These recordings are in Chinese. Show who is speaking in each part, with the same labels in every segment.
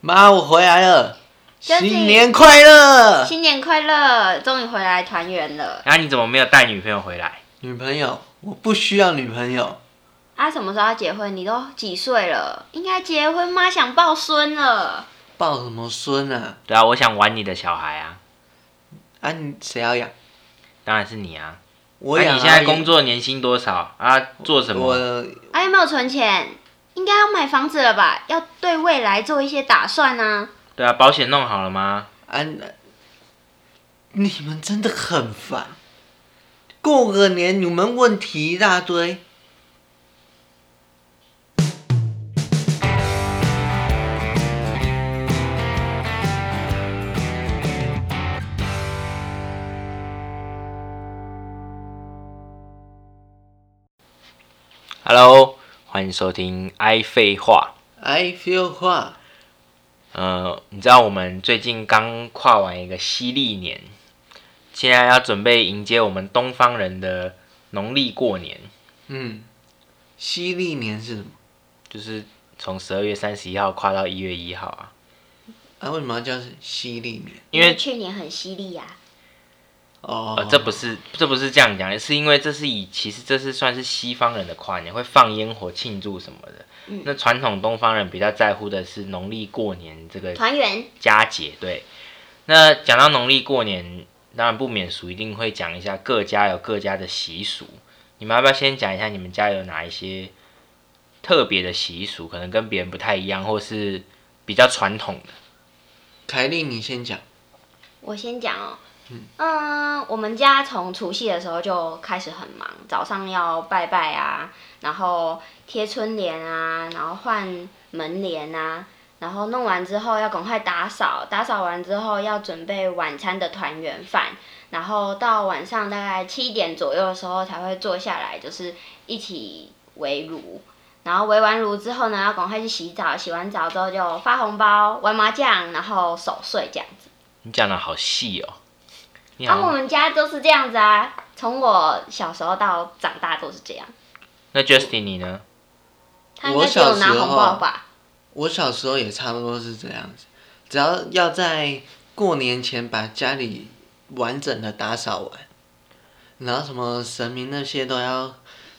Speaker 1: 妈，我回来了，
Speaker 2: Justin
Speaker 1: 新年快 乐！
Speaker 2: 新年快乐，终于回来团圆了。
Speaker 3: 然后啊你怎么没有带女朋友回来？
Speaker 1: 女朋友，我不需要女朋友，
Speaker 2: 啊，什么时候要结婚？你都几岁了？应该结婚吗？想抱孙了。
Speaker 1: 抱什么孙啊？
Speaker 3: 对啊，我想玩你的小孩啊，
Speaker 1: 啊，你谁要养？
Speaker 3: 当然是你啊。
Speaker 1: 我
Speaker 3: 那
Speaker 1: 养、
Speaker 3: 你现在工？作年薪多少啊？做什么？
Speaker 1: 我
Speaker 2: 啊，有没有存钱？应该要买房子了吧？要对未来做一些打算啊。
Speaker 3: 对啊，保险弄好了吗？
Speaker 1: 啊，你们真的很烦。过个年你们问题一大堆，
Speaker 3: Hello，欢迎收听《爱废话》。
Speaker 1: 哎，feel 话，
Speaker 3: 呃，你知道我们最近刚跨完一个西历年，现在要准备迎接我们东方人的农历过年，
Speaker 1: 嗯，西历年是什么？
Speaker 3: 就是从十二月三十一号跨到一月一号啊。
Speaker 1: 啊，为什么要叫西历年？
Speaker 3: 因为
Speaker 2: 去年很犀利啊呀、
Speaker 1: 哦，
Speaker 3: 呃，这不是这不是这样讲，是因为这是以其实这是算是西方人的跨年，会放烟火庆祝什么的。
Speaker 2: 嗯
Speaker 3: 那传统东方人比较在乎的是农历过年这个
Speaker 2: 团圆
Speaker 3: 佳节。对，那讲到农历过年，当然不免俗，一定会讲一下各家有各家的习俗。你们要不要先讲一下你们家有哪一些特别的习俗，可能跟别人不太一样，或是比较传统的？
Speaker 1: 凯莉，你先讲。
Speaker 2: 我先讲哦。嗯，我们家从除夕的时候就开始很忙，早上要拜拜啊，然后贴春联啊，然后换门帘啊，然后弄完之后要赶快打扫，打扫完之后要准备晚餐的团圆饭，然后到晚上大概七点左右的时候才会坐下来，就是一起围炉。然后围完炉之后呢，要赶快去洗澡，洗完澡之后就发红包、玩麻将，然后守岁这样。
Speaker 3: 你讲的好细哦，你好
Speaker 2: 啊，
Speaker 3: 像
Speaker 2: 我们家都是这样子啊，从我小时候到长大都是这样。
Speaker 3: 那 Justin 你呢？
Speaker 2: 他应该给我拿红包吧？
Speaker 1: 我小时候也差不多是这样子，只要要在过年前把家里完整的打扫完，然后什么神明那些都要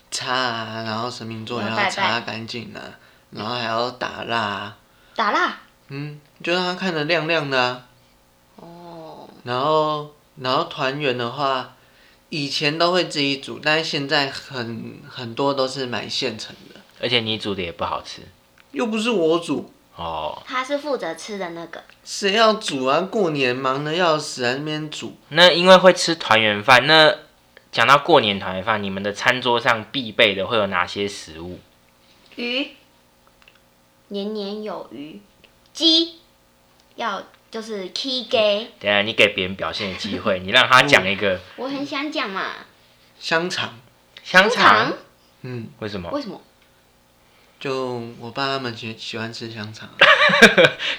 Speaker 1: 擦啊，然后神明座也
Speaker 2: 要
Speaker 1: 要
Speaker 2: 拜拜
Speaker 1: 擦干净啊，然后还要打蜡、啊，
Speaker 2: 打蜡
Speaker 1: 嗯，就让它看着亮亮的、啊。
Speaker 2: 哦，
Speaker 1: 然后，然后团圆的话，以前都会自己煮，但是现在很很多都是买现成的，
Speaker 3: 而且你煮的也不好吃
Speaker 1: 又不是我煮，
Speaker 3: 哦。
Speaker 2: 他是负责吃的那个。
Speaker 1: 谁要煮啊？过年忙的要死，在那边煮。
Speaker 3: 那因为会吃团圆饭，那讲到过年团圆饭，你们的餐桌上必备的会有哪些食物？
Speaker 2: 鱼，年年有余。鸡，要就是 key gay，
Speaker 3: 等一下你给别人表现的机会，你让他讲一
Speaker 1: 嗯
Speaker 3: 个
Speaker 2: 我很想讲嘛。
Speaker 1: 香肠，
Speaker 3: 香肠，
Speaker 1: 嗯，
Speaker 3: 为什么
Speaker 2: 为什么？
Speaker 1: 就我爸他们喜喜欢吃香 肠，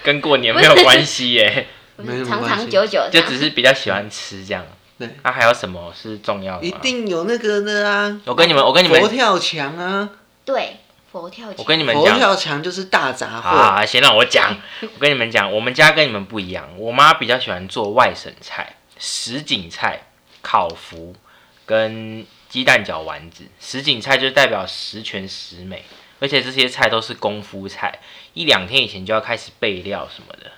Speaker 3: 跟过年没有关系耶？
Speaker 2: 不
Speaker 1: 没
Speaker 2: 是
Speaker 1: 有
Speaker 2: 长
Speaker 1: 关系
Speaker 2: 长久久这
Speaker 3: 就
Speaker 2: 样
Speaker 3: 只是比较喜欢吃这样。
Speaker 1: 对，
Speaker 3: 那、还有什么是重要的吗？
Speaker 1: 一。定有那个的啊，
Speaker 3: 我跟你们，我跟你
Speaker 1: 佛
Speaker 3: 们，
Speaker 1: 跳墙啊，
Speaker 2: 对佛跳墙。
Speaker 3: 我跟你们
Speaker 1: 佛
Speaker 3: 讲，
Speaker 1: 跳墙就是大杂烩，
Speaker 3: 啊，先让我讲。我跟你们讲，我们家跟你们不一样，我妈比较喜欢做外省菜，什锦菜、烤麸跟鸡蛋饺丸子。什锦菜就代表十全十美，而且这些菜都是功夫菜，一两天以前就要开始备料什么的。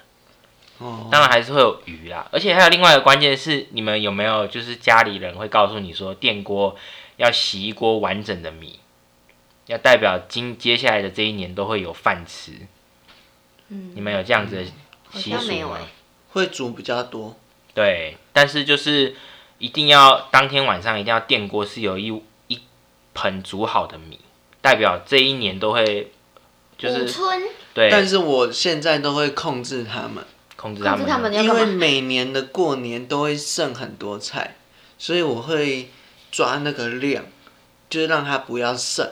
Speaker 1: 哦，
Speaker 3: 当然还是会有鱼啦，而且还有另外一个关键是，你们有没有就是家里人会告诉你说，电锅要洗一锅完整的米，要代表今接下来的这一年都会有饭吃。
Speaker 2: 嗯
Speaker 3: 你们有这样子的
Speaker 2: 好
Speaker 3: 习
Speaker 2: 像
Speaker 3: 俗
Speaker 2: 没有
Speaker 3: 吗
Speaker 2: 哎、？
Speaker 1: 会煮比较多。
Speaker 3: 对，但是就是一定要当天晚上一定要电锅是有一一盆煮好的米，代表这一年都会就
Speaker 2: 五
Speaker 3: 是
Speaker 2: 村
Speaker 3: 对
Speaker 1: 但是我现在都会控制他们，
Speaker 3: 控制
Speaker 2: 控
Speaker 3: 他
Speaker 2: 制
Speaker 3: 们
Speaker 2: 他们
Speaker 3: 的。
Speaker 2: 你要
Speaker 1: 因
Speaker 2: 干
Speaker 1: 为
Speaker 2: 嘛？
Speaker 1: 每年的过年都会剩很多菜，所以我会抓那个量，就是让它不要剩。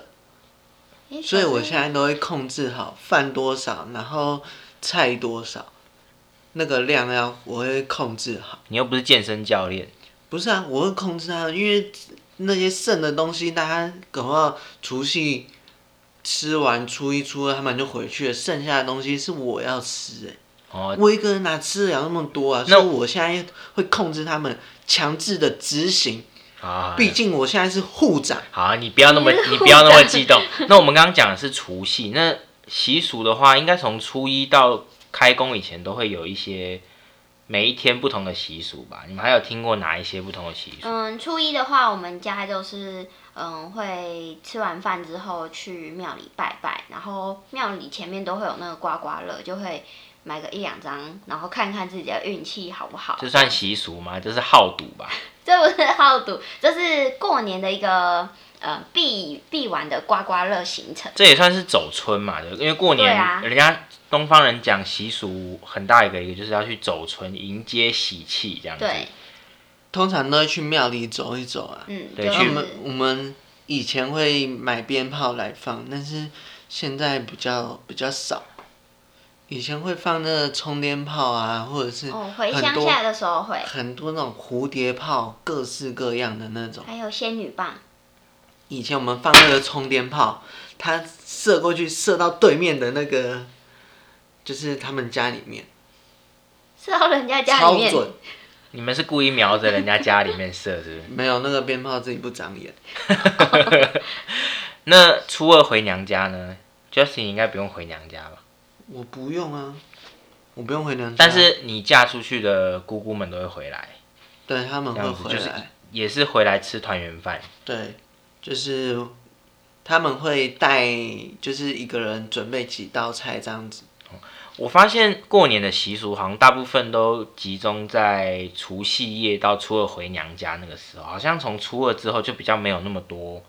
Speaker 2: 诶
Speaker 1: 所以
Speaker 2: 小
Speaker 1: 我
Speaker 2: 时
Speaker 1: 现在都会控制好饭多少，然后菜多少，那个量要我会控制好。
Speaker 3: 你又不是健身教练，
Speaker 1: 不是啊，我会控制它，因为那些剩的东西，大家搞不好除夕吃完初一初二他们就回去了，剩下的东西是我要吃、欸，
Speaker 3: 哦，
Speaker 1: 我一个人哪吃得了那么多啊？所
Speaker 3: 那
Speaker 1: 以我现在会控制他们，强制的执行。
Speaker 3: 啊，
Speaker 1: 毕竟我现在是护长，
Speaker 3: 好，你不 要那么，你不要那么激动。那我们刚刚讲的是除夕，那习俗的话，应该从初一到开工以前都会有一些每一天不同的习俗吧？你们还有听过哪一些不同的习俗？
Speaker 2: 嗯，初一的话，我们家就是嗯会吃完饭之后去庙里拜拜，然后庙里前面都会有那个刮刮乐，就会买个一两张，然后看看自己的运气好不好。
Speaker 3: 这算习俗吗？这是好赌吧？
Speaker 2: 这不是好赌，这是过年的一个呃必必玩的刮刮乐行程。
Speaker 3: 这也算是走春嘛，对不对因为过年、
Speaker 2: 对啊
Speaker 3: 人家东方人讲习俗很大一个一个就是要去走春，迎接喜气这样子。
Speaker 2: 对，
Speaker 1: 通常都会去庙里走一走啊。
Speaker 2: 嗯，
Speaker 3: 对
Speaker 2: 就
Speaker 1: 我
Speaker 3: 去
Speaker 1: 们
Speaker 2: 是
Speaker 1: 我们以前会买鞭炮来放，但是现在比较比较少。以前会放那个冲天炮啊，或者是
Speaker 2: 哦，回
Speaker 1: 很
Speaker 2: 乡
Speaker 1: 多
Speaker 2: 下的时候会，
Speaker 1: 很多那种蝴蝶炮，各式各样的那种。
Speaker 2: 还有仙女棒，
Speaker 1: 以前我们放那个冲天炮，它射过去射到对面的那个，就是他们家里面，
Speaker 2: 射到人家家里
Speaker 1: 超
Speaker 2: 面，
Speaker 1: 准。
Speaker 3: 你们是故意瞄着人家家里面射，是不是？
Speaker 1: 没有那个鞭炮自己不长眼，
Speaker 3: 那初二回娘家呢？Justin 应该不用回娘家吧？
Speaker 1: 我不用啊，我不用回娘家。
Speaker 3: 但是你嫁出去的姑姑们都会回来，
Speaker 1: 对他们
Speaker 3: 这
Speaker 1: 会
Speaker 3: 样子
Speaker 1: 回
Speaker 3: 就是
Speaker 1: 来，
Speaker 3: 也是回来吃团圆饭。
Speaker 1: 对，就是他们会带，就是一个人准备几道菜这样子。
Speaker 3: 我发现过年的习俗好像大部分都集中在除夕夜到初二回娘家那个时候，好像从初二之后就比较没有那么多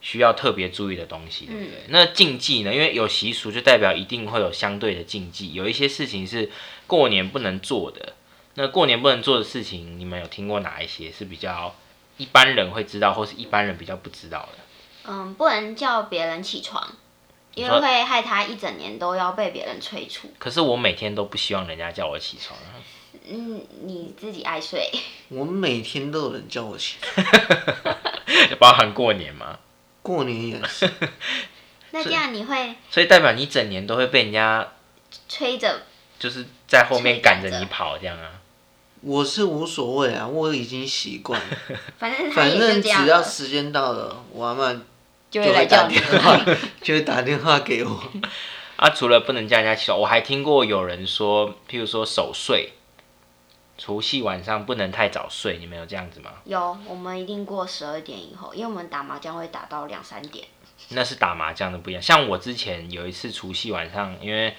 Speaker 3: 需要特别注意的东西，对
Speaker 1: 嗯
Speaker 3: 不对？那禁忌呢？因为有习俗就代表一定会有相对的禁忌，有一些事情是过年不能做的。那过年不能做的事情，你们有听过哪一些是比较一般人会知道，或是一般人比较不知道的？
Speaker 2: 嗯，不能叫别人起床，
Speaker 3: 你
Speaker 2: 因
Speaker 3: 说
Speaker 2: 为会害他一整年都要被别人催促。
Speaker 3: 可是我每天都不希望人家叫我起床啊，
Speaker 2: 嗯，你自己爱睡，
Speaker 1: 我每天都有人叫我起床，
Speaker 3: 包含过年嘛。
Speaker 1: 过年也是，
Speaker 2: 那这样你会
Speaker 3: 所以代表你整年都会被人家
Speaker 2: 催着
Speaker 3: 就是在后面赶着你跑这样啊。
Speaker 1: 我是无所谓啊，我已经习 惯了，
Speaker 2: 反正他
Speaker 1: 反
Speaker 2: 也是
Speaker 1: 正
Speaker 2: 这
Speaker 1: 只
Speaker 2: 样
Speaker 1: 要
Speaker 2: 的，
Speaker 1: 时间到了，我阿妈就
Speaker 2: 就会来
Speaker 1: 会
Speaker 2: 叫
Speaker 1: 打
Speaker 2: 你
Speaker 1: 电。话， 就会打电话给我。
Speaker 3: 啊，除了不能叫人家起床，我还听过有人说，譬如说守岁，除夕晚上不能太早睡，你们有这样子吗？
Speaker 2: 有，我们一定过十二点以后，因为我们打麻将会打到两三点。
Speaker 3: 那是打麻将的不一样。像我之前有一次除夕晚上，因为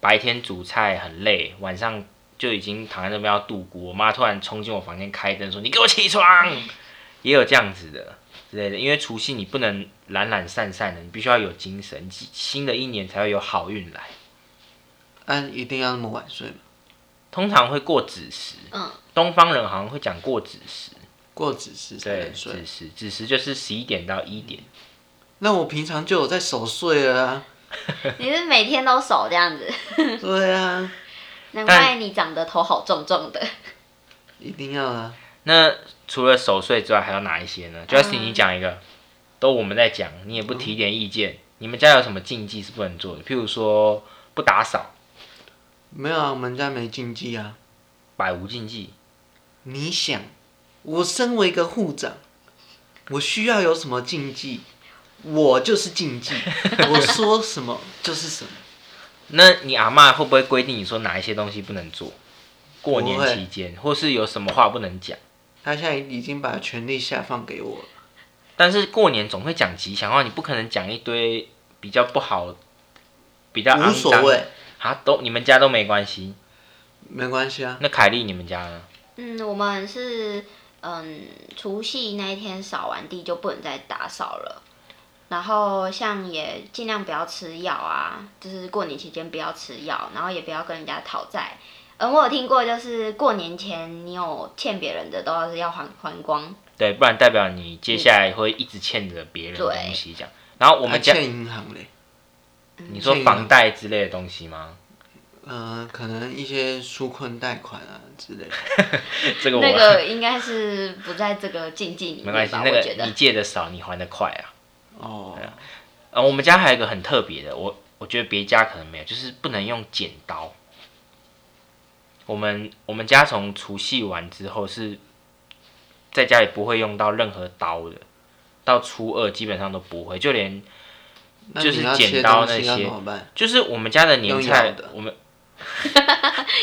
Speaker 3: 白天煮菜很累，晚上就已经躺在那边要度过，我妈突然冲进我房间开灯说：“你给我起床！”也有这样子的之类的，因为除夕你不能懒懒散散的，你必须要有精神，新新的一年才会有好运来。
Speaker 1: 啊，一定要那么晚睡吗？
Speaker 3: 通常会过子时，
Speaker 2: 嗯，
Speaker 3: 东方人好像会讲过子时，
Speaker 1: 过子时才
Speaker 3: 对，
Speaker 1: 能睡
Speaker 3: 子。时，子时就是十一点到一点。
Speaker 1: 那我平常就有在守岁了 啊。
Speaker 2: 你是每天都守这样子，
Speaker 1: 对啊，
Speaker 2: 难怪你长得头好重重的。
Speaker 1: 一定要啊。
Speaker 3: 那除了守岁之外，还有哪一些呢？Justin，你
Speaker 1: 嗯
Speaker 3: 讲一个，都我们在讲，你也不提点意见。你们家有什么禁忌是不能做的？譬如说不打扫、
Speaker 1: 没有啊，我们家没禁忌啊。
Speaker 3: 百无禁忌。
Speaker 1: 你想，我身为一个护长，我需要有什么禁忌？我就是禁 忌，我说什么就是什么。
Speaker 3: 那你阿嬷会不会规定你说哪一些东西不能做？过年
Speaker 1: 不会
Speaker 3: 期间，或是有什么话不能讲？
Speaker 1: 他现在已经把权力下放给我了。
Speaker 3: 但是过年总会讲吉祥话，你不可能讲一堆比较不好、比较
Speaker 1: 无
Speaker 3: 肮
Speaker 1: 所
Speaker 3: 脏
Speaker 1: 谓，
Speaker 3: 啊，都你们家都没关系。
Speaker 1: 没关系啊。
Speaker 3: 那凯莉，你们家呢？
Speaker 2: 嗯，我们是嗯除夕那一天扫完地就不能再打扫了，然后像也尽量不要吃药啊，就是过年期间不要吃药，然后也不要跟人家讨债。嗯，我有听过，就是过年前你有欠别人的，都要是要还还光。
Speaker 3: 对，不然代表你接下来会一直欠着别人的
Speaker 2: 对
Speaker 3: 东西这样。然后我
Speaker 1: 还
Speaker 3: 们家，
Speaker 1: 欠银行嘞，
Speaker 3: 你说
Speaker 1: 啊欠
Speaker 3: 房贷之类的东西吗？
Speaker 1: 呃，可能一些纾困贷款啊之类的。
Speaker 3: 这个我、
Speaker 2: 那个应该是不在这个禁忌里
Speaker 3: 啊没关
Speaker 2: 面
Speaker 3: 系，
Speaker 2: 吧？
Speaker 3: 那
Speaker 2: 我觉
Speaker 3: 个
Speaker 2: 得
Speaker 3: 你借的少，你还的快啊。
Speaker 1: 哦，
Speaker 3: 呃，我们家还有一个很特别的，我我觉得别家可能没有，就是不能用剪刀。我们我们家从除夕完之后是在家里不会用到任何刀的，到初二基本上都不会，就连
Speaker 1: 那
Speaker 3: 就是
Speaker 1: 你要
Speaker 3: 剪
Speaker 1: 切
Speaker 3: 刀
Speaker 1: 东西
Speaker 3: 那
Speaker 1: 要
Speaker 3: 些
Speaker 1: 怎么办？
Speaker 3: 就是我们家的年
Speaker 1: 用咬
Speaker 3: 菜
Speaker 1: 的，
Speaker 3: 我们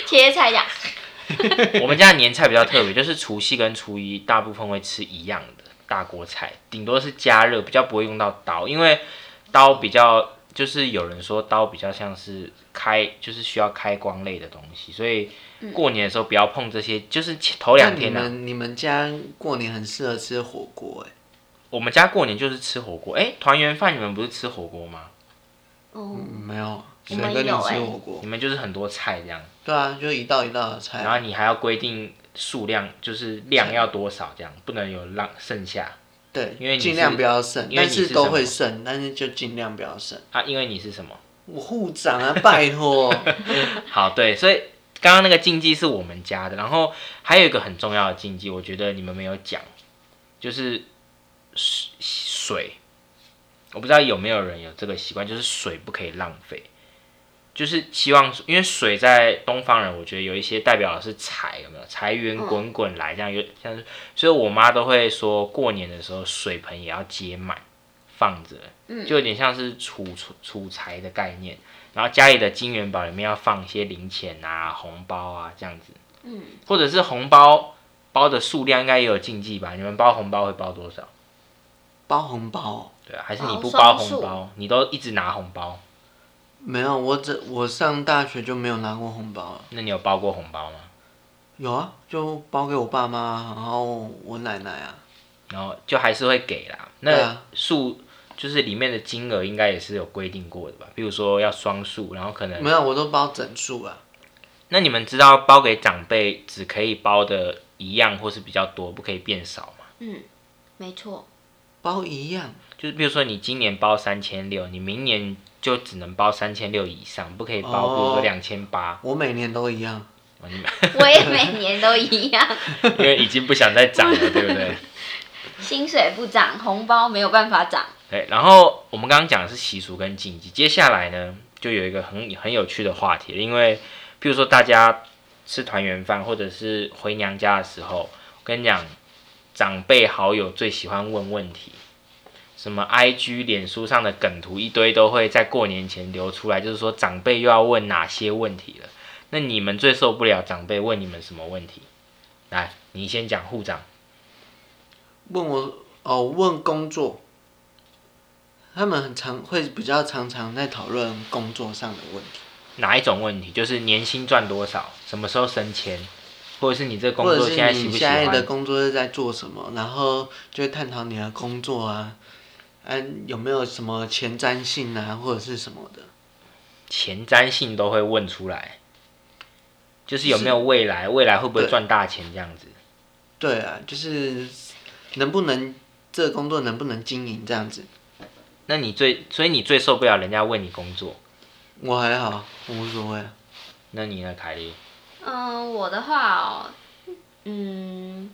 Speaker 2: 切菜 呀，
Speaker 3: 我们家的年菜比较特别，就是除夕跟初一大部分会吃一样的大锅菜，顶多是加热，比较不会用到刀，因为刀比较就是有人说刀比较像是开，就是需要开光类的东西，所以过年的时候不要碰这些，就是前头两天啊
Speaker 1: 那
Speaker 3: 呢、
Speaker 1: 你们你们家过年很适合吃火锅哎、
Speaker 3: 我们家过年就是吃火锅，哎、团圆饭你们不是吃火锅吗？
Speaker 2: 哦，
Speaker 1: 嗯没有，
Speaker 2: 我
Speaker 1: 谁
Speaker 2: 们
Speaker 1: 跟你
Speaker 2: 有欸
Speaker 1: 吃火锅？
Speaker 3: 你们就是很多菜这样，
Speaker 1: 对啊，就一道一道的菜
Speaker 3: 然
Speaker 1: 啊。
Speaker 3: 后你还要规定数量，就是量要多少这样，不能有让剩下
Speaker 1: 对，
Speaker 3: 因为你
Speaker 1: 尽量
Speaker 3: 是
Speaker 1: 不要剩，
Speaker 3: 因为
Speaker 1: 但
Speaker 3: 你是
Speaker 1: 是都
Speaker 3: 什么
Speaker 1: 会剩，但是就尽量不要剩。
Speaker 3: 啊，因为你是什么？
Speaker 1: 我护长啊，拜 托，
Speaker 3: 好，对，所以刚刚那个禁忌是我们家的，然后还有一个很重要的禁忌，我觉得你们没有讲，就是水水。我不知道有没有人有这个习惯，就是水不可以浪费，就是希望，因为水在东方人，我觉得有一些代表的是财，有没有财源滚滚来，这样有像是，所以我妈都会说，过年的时候水盆也要接满，放着，就有点像是储储储财的概念。然后家里的金元宝里面要放一些零钱啊、红包啊这样子，
Speaker 2: 嗯，
Speaker 3: 或者是红包包的数量应该也有禁忌吧？你们包红包会包多少？
Speaker 1: 包红包哦、
Speaker 3: 对啊，还是你不
Speaker 2: 包双
Speaker 3: 包红
Speaker 2: 数
Speaker 3: 包，你都一直拿红包？
Speaker 1: 没有，我只我上大学就没有拿过红包了。
Speaker 3: 那你有包过红包吗？
Speaker 1: 有啊，就包给我爸妈，啊然后我奶奶啊。
Speaker 3: 然后就还是会给啦。
Speaker 1: 对
Speaker 3: 那
Speaker 1: 啊
Speaker 3: 数就是里面的金额应该也是有规定过的吧？比如说要双数，然后可能
Speaker 1: 没有，我都包整数啊。
Speaker 3: 那你们知道包给长辈只可以包的一样或是比较多，不可以变少吗？
Speaker 2: 嗯，没错，
Speaker 1: 包一样，
Speaker 3: 就是比如说你今年包三千六，你明年就只能包三千六以上，不可以包
Speaker 1: 哦
Speaker 3: 比如说两千八，
Speaker 1: 我每年都一样。
Speaker 3: 哦你们
Speaker 2: 我也每年都一样，
Speaker 3: 因为已经不想再涨了，对不对？
Speaker 2: 薪水不涨，红包没有办法涨。
Speaker 3: 对，然后我们刚刚讲的是习俗跟禁忌，接下来呢，就有一个很很有趣的话题，因为譬如说大家吃团圆饭或者是回娘家的时候，我跟你讲，长辈好友最喜欢问问题，什么 IG、脸书上的梗图一堆都会在过年前流出来，就是说长辈又要问哪些问题了。那你们最受不了长辈问你们什么问题？来，你先讲护长，
Speaker 1: 问我哦，问工作，他们很常会比较常常在讨论工作上的问题，
Speaker 3: 哪一种问题？就是年薪赚多少，什么时候升迁，或者是你这工
Speaker 1: 或者
Speaker 3: 作
Speaker 1: 是
Speaker 3: 现在喜
Speaker 1: 你
Speaker 3: 不喜
Speaker 1: 现在的
Speaker 3: 欢？
Speaker 1: 工作是在做什么，然后就会探讨你的工作啊，嗯、有没有什么前瞻性啊，或者是什么的。
Speaker 3: 前瞻性都会问出来，就是有没有未来，未来会不会
Speaker 1: 对
Speaker 3: 赚大钱这样子？
Speaker 1: 对啊，就是能不能这个工作能不能经营这样子，
Speaker 3: 那你最，所以你最受不了人家问你工作，
Speaker 1: 我还好，我无所谓啊。
Speaker 3: 那你呢，凯莉？
Speaker 2: 嗯，我的话哦，嗯，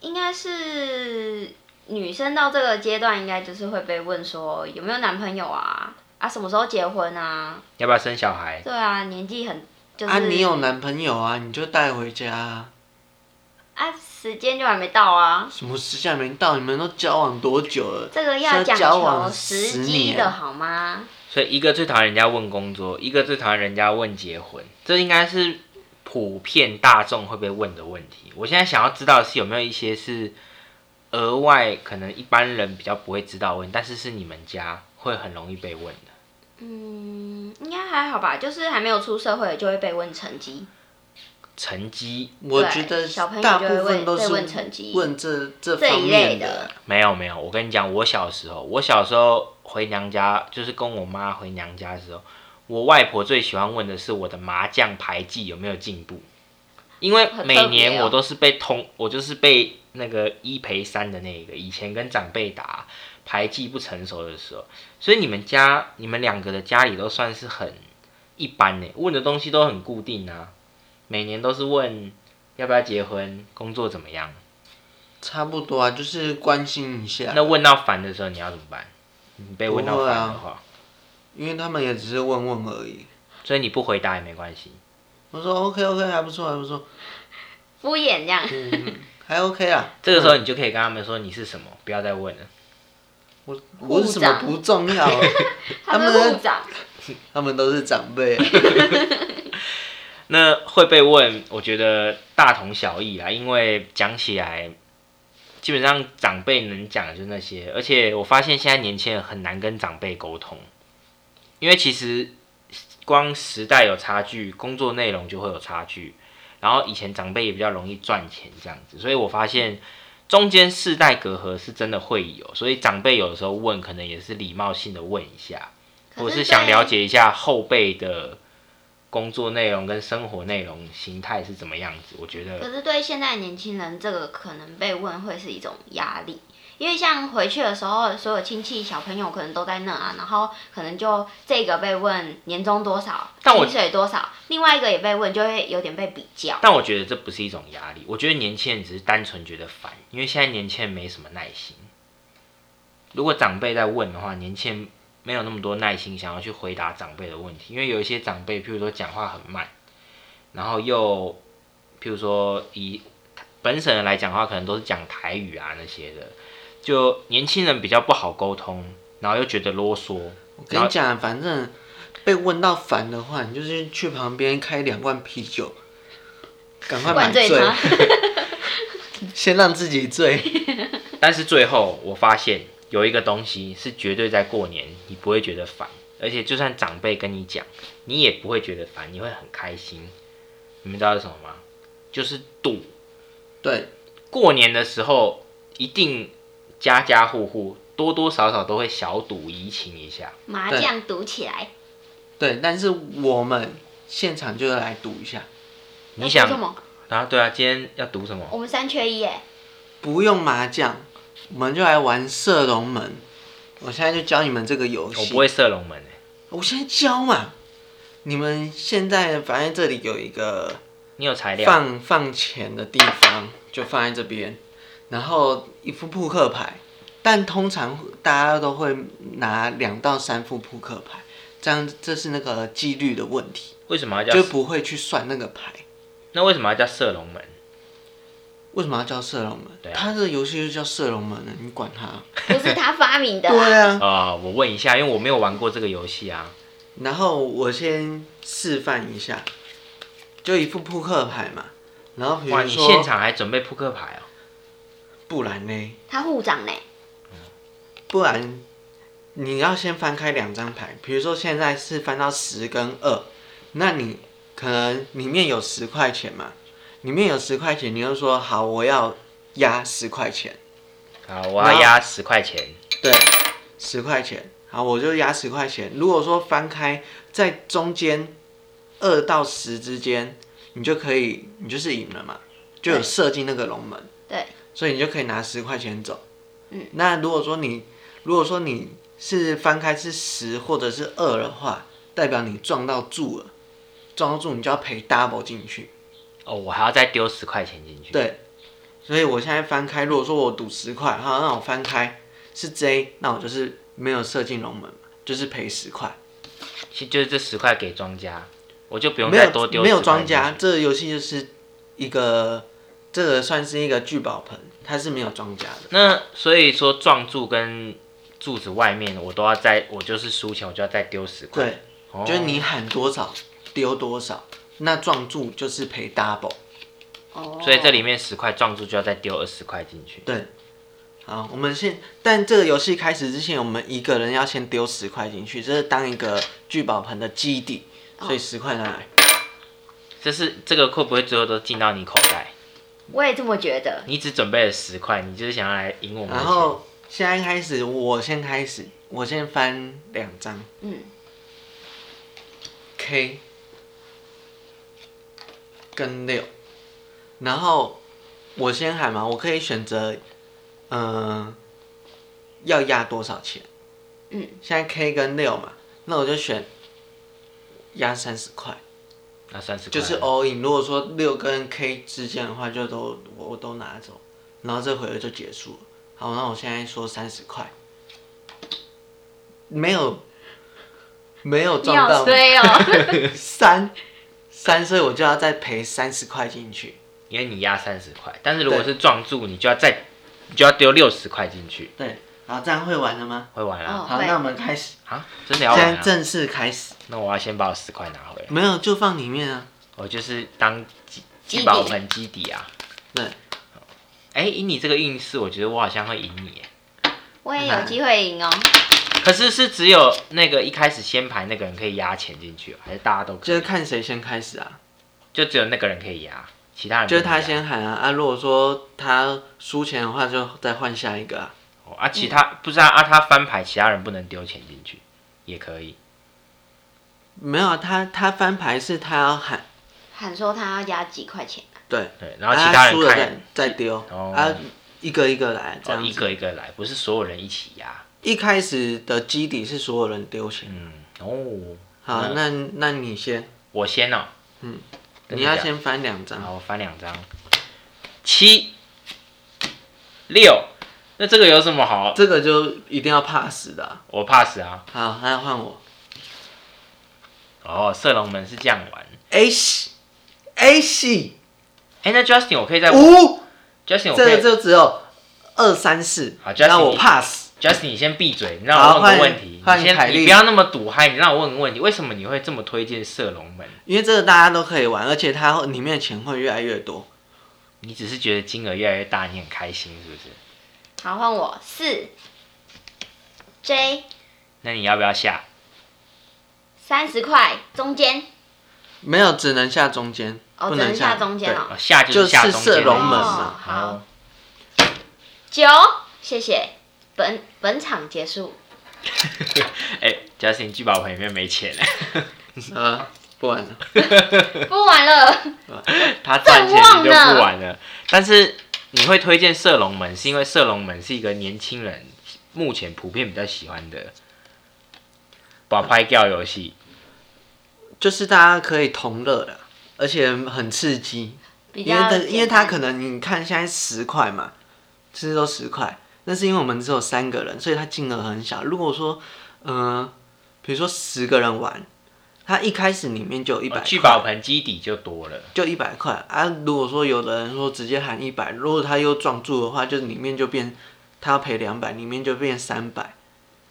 Speaker 2: 应该是女生到这个阶段，应该就是会被问说有没有男朋友啊，啊，什么时候结婚啊？
Speaker 3: 要不要生小孩？
Speaker 2: 对啊，年纪很就是
Speaker 1: 啊，你有男朋友啊，你就带回家啊。
Speaker 2: 啊，时间就还没到啊，
Speaker 1: 什么时下没到？你们都交往多久了？
Speaker 2: 这个
Speaker 1: 是
Speaker 2: 要讲
Speaker 1: 交往
Speaker 2: 求时机的
Speaker 1: 年
Speaker 2: 好吗？
Speaker 3: 所以一个最讨厌人家问工作，一个最讨厌人家问结婚，这应该是普遍大众会被问的问题。我现在想要知道的是有没有一些是额外可能一般人比较不会知道的问，但是是你们家会很容易被问的。
Speaker 2: 嗯，应该还好吧，就是还没有出社会就会被问成绩，
Speaker 3: 成绩
Speaker 1: 我
Speaker 2: 对
Speaker 1: 觉得
Speaker 2: 小朋友
Speaker 1: 大
Speaker 2: 就
Speaker 1: 部分
Speaker 2: 会问
Speaker 1: 都
Speaker 2: 被
Speaker 1: 是
Speaker 2: 问成绩
Speaker 1: 问这这
Speaker 2: 这
Speaker 1: 方
Speaker 2: 一类
Speaker 1: 面
Speaker 2: 的。
Speaker 3: 没有没有，我跟你讲，我小时候，我小时候回娘家，就是跟我妈回娘家的时候，我外婆最喜欢问的是我的麻将牌技有没有进步，因为
Speaker 2: 很特别
Speaker 3: 每
Speaker 2: 哦
Speaker 3: 年我都是被通，我就是被那个一赔三的那一个，以前跟长辈打牌技不成熟的时候，所以你们家你们两个的家里都算是很一般呢，问的东西都很固定啊，每年都是问要不要结婚，工作怎么样，
Speaker 1: 差不多啊，就是关心一下。
Speaker 3: 那问到烦的时候你要怎么办？你被问到
Speaker 1: 不会
Speaker 3: 烦
Speaker 1: 啊
Speaker 3: 的话，
Speaker 1: 因为他们也只是问问而已。
Speaker 3: 所以你不回答也没关系。
Speaker 1: 我说 OK OK，还不错还不错，
Speaker 2: 敷衍这样。
Speaker 1: 嗯，还 OK 啊。
Speaker 3: 这个时候你就可以跟他们说你是什么，不要再问了。
Speaker 1: 我我是什么不重要 啊，
Speaker 2: 他
Speaker 1: 他
Speaker 2: 们
Speaker 1: 们
Speaker 2: 部长
Speaker 1: 他们都是长辈啊。
Speaker 3: 那会被问，我觉得大同小异啊啦，因为讲起来，基本上长辈能讲的就那些，而且我发现现在年轻人很难跟长辈沟通，因为其实光时代有差距，工作内容就会有差距，然后以前长辈也比较容易赚钱这样子，所以我发现中间世代隔阂是真的会有，所以长辈有的时候问，可能也是礼貌性的问一下，我是想了。解一下后辈的工作内容跟生活内容形态是怎么样子。我觉
Speaker 2: 可
Speaker 3: 得
Speaker 2: 是对现在年轻人，这个可能被问会是一种压力，因为像回去的时候，所有亲戚小朋友可能都在那啊，然后可能就这个被问年终多少，
Speaker 3: 但我
Speaker 2: 薪水多少，另外一个也被问，就会有点被比较。
Speaker 3: 但我觉得这不是一种压力，我觉得年轻人只是单纯觉得烦，因为现在年轻人没什么耐心。如果长辈在问的话，年轻人没有那么多耐心想要去回答长辈的问题，因为有一些长辈，譬如说讲话很慢，然后又譬如说以本省人来讲的话，可能都是讲台语啊那些的，就年轻人比较不好沟通，然后又觉得啰嗦，
Speaker 1: 我跟你讲，啊反正被问到烦的话，你就是去旁边开两罐啤酒，赶快买
Speaker 2: 灌醉
Speaker 1: 醉，
Speaker 2: 他，
Speaker 1: 先让自己醉。
Speaker 3: 但是最后我发现有一个东西是绝对在过年你不会觉得烦，而且就算长辈跟你讲，你也不会觉得烦，你会很开心。你们知道是什么吗？就是赌。
Speaker 1: 对，
Speaker 3: 过年的时候，一定家家户户多多少少都会小赌怡情一下。
Speaker 2: 麻将赌起来，
Speaker 1: 对，但是我们现场就来赌一下，
Speaker 3: 你
Speaker 2: 那说什
Speaker 3: 想
Speaker 2: 么？
Speaker 3: 啊？对啊，今天要赌什
Speaker 1: 哦
Speaker 3: 么？
Speaker 2: 我们三缺一哎，
Speaker 1: 不用麻将，我们就来玩射龙门。我现在就教你们这个游
Speaker 3: 我
Speaker 1: 戏
Speaker 3: 不，会射龙门、欸、
Speaker 1: 我现在教嘛。你们现在反正这里有一个
Speaker 3: 你有材料？
Speaker 1: 放放钱的地方就放在这边，然后一副扑克牌，但通常大家都会拿两到三副扑克牌，这样这是那个几率的问题，
Speaker 3: 为什么要
Speaker 1: 就
Speaker 3: 叫？
Speaker 1: 不会去算那个牌。
Speaker 3: 那为什么要叫射龙门？
Speaker 1: 为什么要叫射龙门？
Speaker 3: 对啊
Speaker 1: 他这个游戏就叫射龙门呢，你管他？
Speaker 2: 不 是他发明的啦，
Speaker 1: 对啊。
Speaker 3: 啊、我问一下，因为我没有玩过这个游戏啊。
Speaker 1: 然后我先示范一下，就一副扑克牌嘛，然后比
Speaker 3: 哇，
Speaker 1: 如
Speaker 3: 你现
Speaker 1: 说
Speaker 3: 场还准备扑克牌哦？
Speaker 1: 不然呢？
Speaker 2: 他护长呢，
Speaker 1: 不然你要先翻开两张牌，比如说现在是翻到十跟二，那你可能里面有十块钱嘛，里面有十块钱，你就说好我要压十块钱，
Speaker 3: 好，啊我要压十块钱。
Speaker 1: 对，十块钱，好我就压十块钱。如果说翻开在中间二到十之间，你就可以你就是赢了嘛，就有射进那个龙门。
Speaker 2: 对，
Speaker 1: 所以你就可以拿十块钱走。
Speaker 2: 嗯，
Speaker 1: 那如果说你如果说你是翻开是十或者是二的话，代表你撞到柱了，撞到柱你就要赔 double 进去。
Speaker 3: 哦，我还要再丢十块钱进去。
Speaker 1: 对，所以我现在翻开，如果说我赌十块，好，那我翻开是 J，那我就是没有射进龙门嘛，就是赔十块，
Speaker 3: 其就是这十块给庄家，我就不用
Speaker 1: 没
Speaker 3: 再多
Speaker 1: 有
Speaker 3: 丢。
Speaker 1: 没有庄家，，这个游戏就是一个这个算是一个聚宝盆，它是没有庄家的。
Speaker 3: 那所以说撞柱跟柱子外面，我都要再，我就是输钱，我就要再丢十块。
Speaker 1: 对，
Speaker 3: 哦
Speaker 1: 就是你喊多少丢多少，那撞柱就是赔 double。
Speaker 2: 哦，
Speaker 3: 所以这里面十块撞柱就要再丢二十块进去。
Speaker 1: 对，好，我们先，但这个游戏开始之前，我们一个人要先丢十块进去，这是当一个聚宝盆的基底，
Speaker 3: 哦
Speaker 1: 所以十块拿来。
Speaker 3: 这是这个会不会最后都进到你口袋？
Speaker 2: 我也这么觉得，
Speaker 3: 你只准备了十块，你就是想要来赢我们的
Speaker 1: 然
Speaker 3: 钱。
Speaker 1: 后现在开始，我先开始，我先翻两张
Speaker 2: 嗯，
Speaker 1: K 跟六，然后我先喊嘛，我可以选择，嗯、要压多少钱？
Speaker 2: 嗯，
Speaker 1: 现在 K 跟六嘛，那我就选压三十块。
Speaker 3: 那三十块
Speaker 1: 就是哦 all in。如果说六跟 K 之间的话，就都我我都拿走，然后这回合就结束了。好，那我现在说三十块，没有没有
Speaker 2: 你
Speaker 1: 撞
Speaker 2: 好
Speaker 1: 到
Speaker 2: 衰哦，
Speaker 1: 三三，所以我就要再赔三十块进去。
Speaker 3: 因为你压三十块，但是如果是撞柱，你就要再，你就要丢六十块进去，
Speaker 1: 对，好，这样会玩了吗？
Speaker 3: 会玩啊？
Speaker 2: 哦
Speaker 1: 好，
Speaker 2: 会
Speaker 1: 那我们开始，
Speaker 3: 啊，真的要
Speaker 1: 现
Speaker 3: 玩
Speaker 1: 在
Speaker 3: 啊？
Speaker 1: 正式开始。
Speaker 3: 那我要先把我十块拿回来，
Speaker 1: 没有，就放里面啊。
Speaker 3: 我就是当基
Speaker 2: 基
Speaker 3: 基
Speaker 2: 底
Speaker 3: 宝盆基底啊。
Speaker 1: 对，
Speaker 3: 哎、以你这个运势，我觉得我好像会赢你耶。
Speaker 2: 我也有机会赢哦。
Speaker 3: 可是是只有那个一开始先排那个人可以压钱进去，哦还是大家都可
Speaker 1: 就是
Speaker 3: 以？
Speaker 1: 看谁先开始啊，
Speaker 3: 就只有那个人可以压，其他人不
Speaker 1: 就是
Speaker 3: 能
Speaker 1: 他
Speaker 3: 压
Speaker 1: 先喊啊。啊，如果说他输钱的话，就再换下一个啊。
Speaker 3: 哦啊，其他、不是啊啊，他翻牌，其他人不能丢钱进去，也可以。
Speaker 1: 没有啊，他他翻牌是他要喊，
Speaker 2: 喊说他要压几块钱，
Speaker 1: 对，
Speaker 3: 对，然后其他
Speaker 1: 啊输
Speaker 3: 人
Speaker 1: 了
Speaker 3: 看，
Speaker 1: 再再丢，
Speaker 3: 哦
Speaker 1: 啊，一个一个来这
Speaker 3: 哦
Speaker 1: 样
Speaker 3: 一
Speaker 1: 子。
Speaker 3: 个一个来，不是所有人一起压。
Speaker 1: 一开始的基底是所有人丢钱。
Speaker 3: 嗯，哦，
Speaker 1: 好，
Speaker 3: 嗯
Speaker 1: 那那你先，
Speaker 3: 我先哦，
Speaker 1: 嗯，
Speaker 3: 跟
Speaker 1: 你要
Speaker 3: 讲，
Speaker 1: 先翻两张，
Speaker 3: 好，我翻两张，七六，那这个有什么好？
Speaker 1: 这个就一定要 pass 的啊。
Speaker 3: 我 pass 啊。
Speaker 1: 好，那换我。
Speaker 3: 哦，射龙门是这样玩。
Speaker 1: A 系，A 系
Speaker 3: 哎、那 Justin 我可以再
Speaker 1: 五，
Speaker 3: Justin 我
Speaker 1: 哦这
Speaker 3: 可
Speaker 1: 个
Speaker 3: 以
Speaker 1: 就只有二三四
Speaker 3: 好。Justin，
Speaker 1: 那我
Speaker 3: 你
Speaker 1: pass。
Speaker 3: Justin 你先闭嘴，你让
Speaker 1: 好
Speaker 3: 我问个
Speaker 1: 换
Speaker 3: 问题，
Speaker 1: 换
Speaker 3: 你
Speaker 1: 凯
Speaker 3: 先
Speaker 1: 莉
Speaker 3: 你不要那么赌嗨，你让我问个问题，为什么你会这么推荐射龙门？
Speaker 1: 因为这个大家都可以玩，而且它里面的钱会越来越多。
Speaker 3: 你只是觉得金额越来越大，你很开心是不是？
Speaker 2: 好换我四 J
Speaker 3: 那你要不要下？
Speaker 2: 三十块中间，
Speaker 1: 没有，只能下中间，
Speaker 2: 哦，
Speaker 1: 不
Speaker 2: 只
Speaker 1: 能
Speaker 2: 能下中间哦
Speaker 3: 哦，，下
Speaker 1: 就是
Speaker 3: 下中
Speaker 1: 射
Speaker 3: 间
Speaker 1: 龙门
Speaker 2: 嘛
Speaker 3: 哦
Speaker 2: 好
Speaker 3: 好，
Speaker 2: 九，谢谢，本本场结束，
Speaker 3: 哎、j u s t i n 聚宝盆里面没钱，
Speaker 1: 对。呃，不玩了。
Speaker 2: 不玩了，
Speaker 3: 他赚钱
Speaker 2: 正旺
Speaker 3: 你就
Speaker 2: 呢
Speaker 3: 不玩了。 但是你会推荐射龙门，是因为射龙门是一个年轻人目前普遍比较喜欢的把拍掉游戏。
Speaker 1: 就是大家可以同乐的，而且很刺激，
Speaker 2: 比
Speaker 1: 因为
Speaker 2: 较
Speaker 1: 它
Speaker 2: 简单，
Speaker 1: 因为它可能你看现在十块嘛，其实都十块，那是因为我们只有三个人，所以它金额很小。如果说，呃，比如说十个人玩，它一开始里面就有一百
Speaker 3: 哦聚
Speaker 1: 块，
Speaker 3: 宝盆基底就多了，
Speaker 1: 就一百块啊。如果说有的人说直接喊一百，如果他又撞住的话，就里面就变他要赔两百，里面就变三百。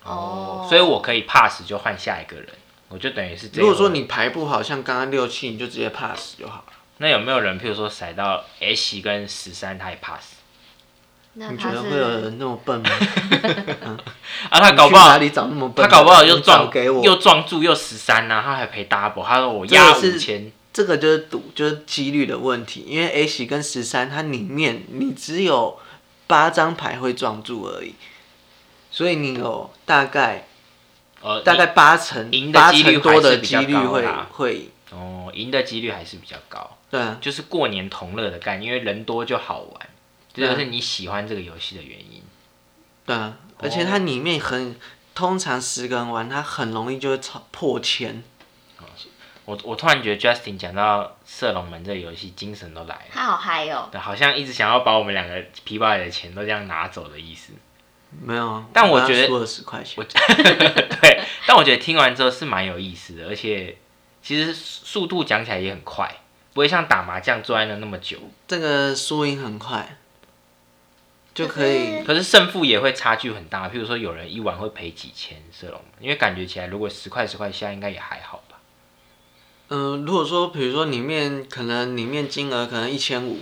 Speaker 2: 哦
Speaker 3: 所以我可以 pass 就换下一个人，我就等于是这样。
Speaker 1: 如果说你排不好，像刚刚六七，你就直接 pass 就好了。
Speaker 3: 那有没有人，譬如说甩到 H 跟十三，他也 pass
Speaker 2: 那
Speaker 1: 你觉
Speaker 2: 他
Speaker 1: 得会有
Speaker 2: 是
Speaker 1: 人那么笨 吗？
Speaker 3: 啊？他搞不好
Speaker 1: 你去哪里找那么笨？
Speaker 3: 他搞不好又
Speaker 1: 你找
Speaker 3: 撞
Speaker 1: 给我，
Speaker 3: 又撞住又十三啊呐，他还赔 double，他说我
Speaker 1: 这个
Speaker 3: 压
Speaker 1: 是
Speaker 3: 五千，
Speaker 1: 这个就是赌，就是几率的问题。因为 A 席跟十三，它里面你只有八张牌会撞住而已，所以你有大概
Speaker 3: 呃，
Speaker 1: 大概八成
Speaker 3: 赢的
Speaker 1: 八
Speaker 3: 几率
Speaker 1: 成多的
Speaker 3: 还是比
Speaker 1: 几
Speaker 3: 较
Speaker 1: 率
Speaker 3: 高
Speaker 1: 会
Speaker 3: 啦
Speaker 1: 会赢。
Speaker 3: 哦，赢的几率还是比较高，
Speaker 1: 对啊，
Speaker 3: 就是过年同乐的概念，因为人多就好玩，这就是你喜欢这个游戏的原因。
Speaker 1: 对啊，
Speaker 3: 哦
Speaker 1: 而且它里面很通常十个人玩，它很容易就会超破千。
Speaker 3: 我我突然觉得 Justin 讲到射龙门这个游戏，精神都来了。
Speaker 2: 他好嗨哦，
Speaker 3: 对好像一直想要把我们两个皮包里的钱都这样拿走的意思。
Speaker 1: 没有啊，
Speaker 3: 但我
Speaker 1: 刚刚
Speaker 3: 觉得
Speaker 1: 输了十块钱，
Speaker 3: 对，但我觉得听完之后是蛮有意思的，而且其实速度讲起来也很快，不会像打麻将坐在那那么久。
Speaker 1: 这个输赢很快，就可以。
Speaker 3: 可是胜负也会差距很大，譬如说有人一晚会赔几千射龙门，因为感觉起来如果十块十块下应该也还好吧。
Speaker 1: 嗯、如果说比如说里面可能里面金额可能一千五，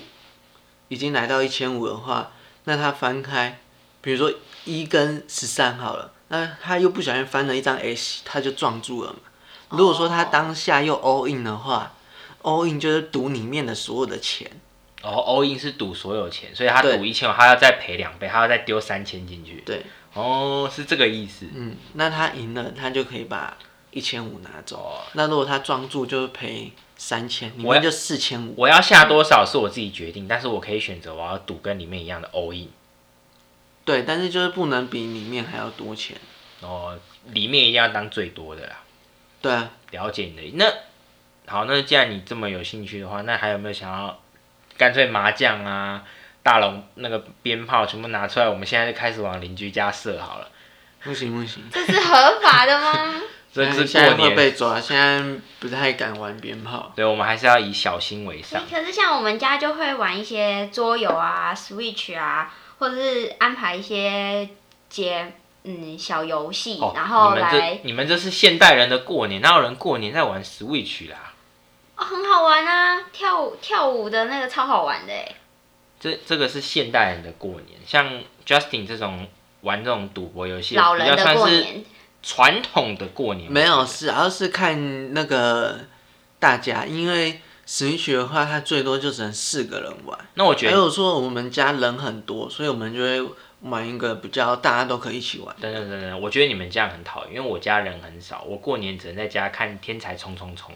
Speaker 1: 已经来到一千五的话，那他翻开，比如说一跟十三好了，那他又不小心翻了一张 S，他就撞住了嘛。 如果说他
Speaker 2: 哦
Speaker 1: 当下又
Speaker 3: 哦
Speaker 1: all in 的话、a l l in 就是赌里面的所有的钱，
Speaker 3: 然后 all in 是赌所有钱，所以他
Speaker 1: 对
Speaker 3: 赌一千，他要再赔两倍，他要再丢三千进去。
Speaker 1: 对，
Speaker 3: 哦，是这个意思。
Speaker 1: 嗯，那他赢了，他就可以把一千五拿走。
Speaker 3: 哦，
Speaker 1: 那如果他撞住，就赔三千，里
Speaker 3: 我
Speaker 1: 面
Speaker 3: 要
Speaker 1: 就四千五。
Speaker 3: 我要下多少是我自己决定，但是我可以选择我要赌跟里面一样的 all in。
Speaker 1: 对，但是就是不能比里面还要多钱。
Speaker 3: 哦，里面一定要当最多的啦。
Speaker 1: 对啊，
Speaker 3: 了解你的那好，那既然你这么有兴趣的话，那还有没有想要干脆麻将啊、大龙那个鞭炮全部拿出来，我们现在就开始往邻居家射好了。
Speaker 1: 不行不行，
Speaker 2: 这是合法的 吗？
Speaker 3: 这是
Speaker 1: 哎现
Speaker 3: 过
Speaker 1: 在会
Speaker 3: 年，
Speaker 1: 被抓，现在不太敢玩鞭炮。
Speaker 3: 对我们还是要以小心为上
Speaker 2: 诶。可是像我们家就会玩一些桌游啊、Switch 啊，或者是安排一些节嗯小游戏，
Speaker 3: 哦，
Speaker 2: 然后
Speaker 3: 你们
Speaker 2: 来
Speaker 3: 这你们这是现代人的过年，哪有人过年在玩 Switch 啦？
Speaker 2: 哦很好玩啊，跳舞跳舞的那个超好玩的欸诶
Speaker 3: 这这个是现代人的过年，像 Justin 这种玩这种赌博游戏，
Speaker 2: 老
Speaker 3: 比
Speaker 2: 人
Speaker 3: 较
Speaker 2: 的
Speaker 3: 算
Speaker 2: 过
Speaker 3: 是
Speaker 2: 年
Speaker 3: 传统的过年。
Speaker 1: 没有，
Speaker 3: 我觉得
Speaker 1: 是而是看那个大家，因为 Switch 的话，它最多就只能四个人玩。
Speaker 3: 那我觉
Speaker 1: 还
Speaker 3: 得，
Speaker 1: 有说我们家人很多，所以我们就会玩一个比较大家都可以一起玩。
Speaker 3: 等等等等，我觉得你们这样很讨厌，因为我家人很少，我过年只能在家看《天才冲冲冲》，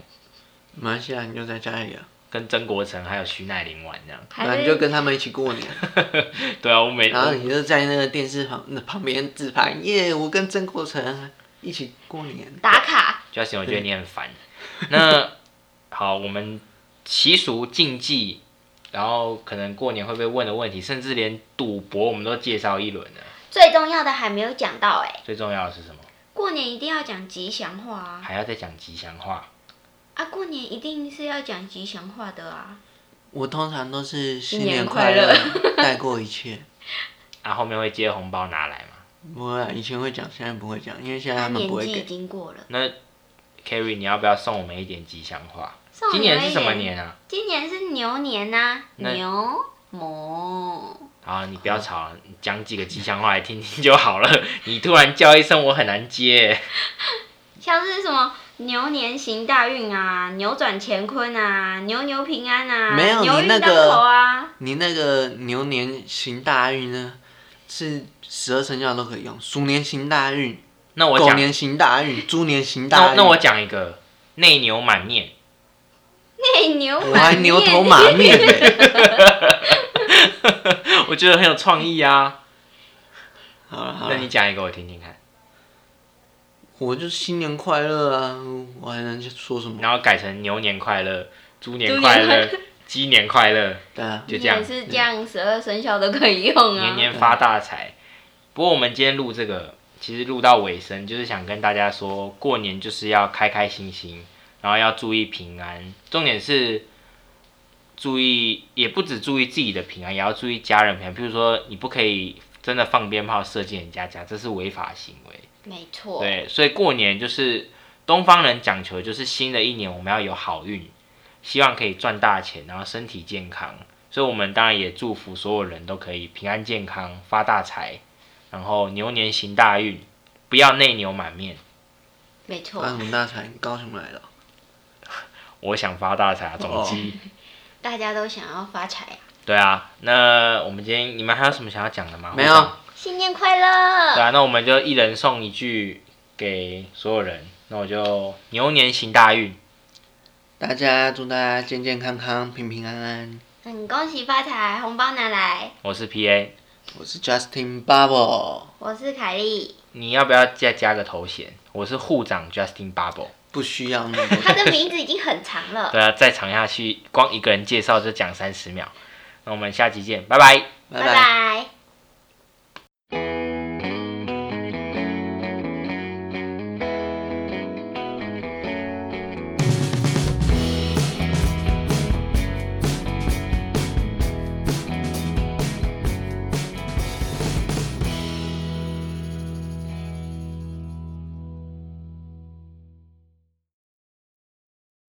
Speaker 1: 马来西亚你就在家里啊，
Speaker 3: 跟曾国成还有徐乃麟玩这样。
Speaker 1: 那
Speaker 2: 还
Speaker 1: 你
Speaker 2: 是
Speaker 1: 就跟他们一起过年，
Speaker 3: 哎对啊，我每
Speaker 1: 然后你就在那个电视旁那旁边自拍，耶，我跟曾国成一起过年。
Speaker 2: 打卡
Speaker 3: Justin，我觉得你很烦。那好，我们习俗禁忌，然后可能过年会被问的问题，甚至连赌博我们都介绍一轮了。
Speaker 2: 最重要的还没有讲到哎、
Speaker 3: 最重要的是什么？
Speaker 2: 过年一定要讲吉祥话啊！
Speaker 3: 还要再讲吉祥话。
Speaker 2: 啊，过年一定是要讲吉祥话的啊！
Speaker 1: 我通常都是新
Speaker 2: 新年
Speaker 1: 快
Speaker 2: 快乐，
Speaker 1: 带过一 切。
Speaker 3: 啊，后面会接红包拿来嘛？
Speaker 1: 不会啊，以前会讲，现在不会讲，因为现在哎
Speaker 2: 他
Speaker 1: 他们
Speaker 2: 年
Speaker 1: 不会
Speaker 2: 纪已
Speaker 1: 给。
Speaker 2: 经过了，
Speaker 3: 那 Carrie，你要不要送我们一点吉祥话？
Speaker 2: 送
Speaker 3: 今
Speaker 2: 你
Speaker 3: 年
Speaker 2: 们
Speaker 3: 是
Speaker 2: 一
Speaker 3: 什么
Speaker 2: 点？
Speaker 3: 年啊？
Speaker 2: 今年是牛年呐、
Speaker 3: 那
Speaker 2: 牛魔。
Speaker 3: 好，你不要吵了，你讲几个吉祥话来听听就好了。 你突然叫一声，我很难接。
Speaker 2: 像是什么牛年行大运啊，扭转乾坤啊，牛牛平安啊，
Speaker 1: 没有
Speaker 2: 牛
Speaker 1: 你
Speaker 2: 运
Speaker 1: 那
Speaker 2: 当
Speaker 1: 个
Speaker 2: 头啊，
Speaker 1: 你那个牛年行大运呢，是十二生肖都可以用，鼠年行大运，
Speaker 3: 那我
Speaker 1: 狗
Speaker 3: 讲，
Speaker 1: 年行大运，猪年行大
Speaker 3: 那
Speaker 1: 运。
Speaker 3: 那我讲一个内牛满面。
Speaker 2: 内牛
Speaker 1: 我还
Speaker 2: 满
Speaker 1: 牛头
Speaker 2: 面。
Speaker 1: 马 面呢。
Speaker 3: 我觉得很有创意啊。
Speaker 1: 好了好
Speaker 3: 那你
Speaker 1: 了，
Speaker 3: 讲一个我听听看，
Speaker 1: 我就新年快乐啊！我还能说什么？
Speaker 3: 然后改成牛年快乐、猪
Speaker 2: 猪
Speaker 3: 年
Speaker 2: 年
Speaker 3: 快
Speaker 2: 快
Speaker 3: 乐、鸡年快乐，
Speaker 1: 对啊，
Speaker 3: 就
Speaker 2: 你
Speaker 3: 这样
Speaker 2: 也，是这样，十二生肖都可以用啊
Speaker 3: 年。年发大财。不过我们今天录这个，其实录到尾声，就是想跟大家说，过年就是要开开心心，然后要注意平安，重点是。注意，也不只注意自己的平安，也要注意家人平安。譬如说，你不可以真的放鞭炮射进人家家，这是违法行为。
Speaker 2: 没错，
Speaker 3: 对，所以过年就是东方人讲求，就是新的一年我们要有好运，希望可以赚大钱，然后身体健康。所以我们当然也祝福所有人都可以平安健康、发大财，然后牛年行大运，不要内牛满面。
Speaker 2: 没错
Speaker 1: 发。什么大财？你高雄来的哦？哦
Speaker 3: 我想发大财啊，总之，
Speaker 2: 大家都想要发财、啊，
Speaker 3: 对啊，那我们今天你们还有什么想要讲的吗？
Speaker 1: 没有
Speaker 3: 会长
Speaker 2: 新年快乐！
Speaker 3: 对啊，那我们就一人送一句给所有人。那我就牛年行大运，
Speaker 1: 大家祝大家健健康康、平平安安。
Speaker 2: 嗯，恭喜发财，红包拿来！
Speaker 3: 我是 PA，
Speaker 1: 我是 Justin Bubble，
Speaker 2: 我是凯莉，
Speaker 3: 你要不要再加个头衔？我是护长 Justin Bubble。
Speaker 1: 不需要那么多。
Speaker 2: 她的名字已经很长了，
Speaker 3: 对啊，再长下去，光一个人介绍就讲三十秒。那我们下期见，拜拜。
Speaker 1: 拜
Speaker 2: 拜拜。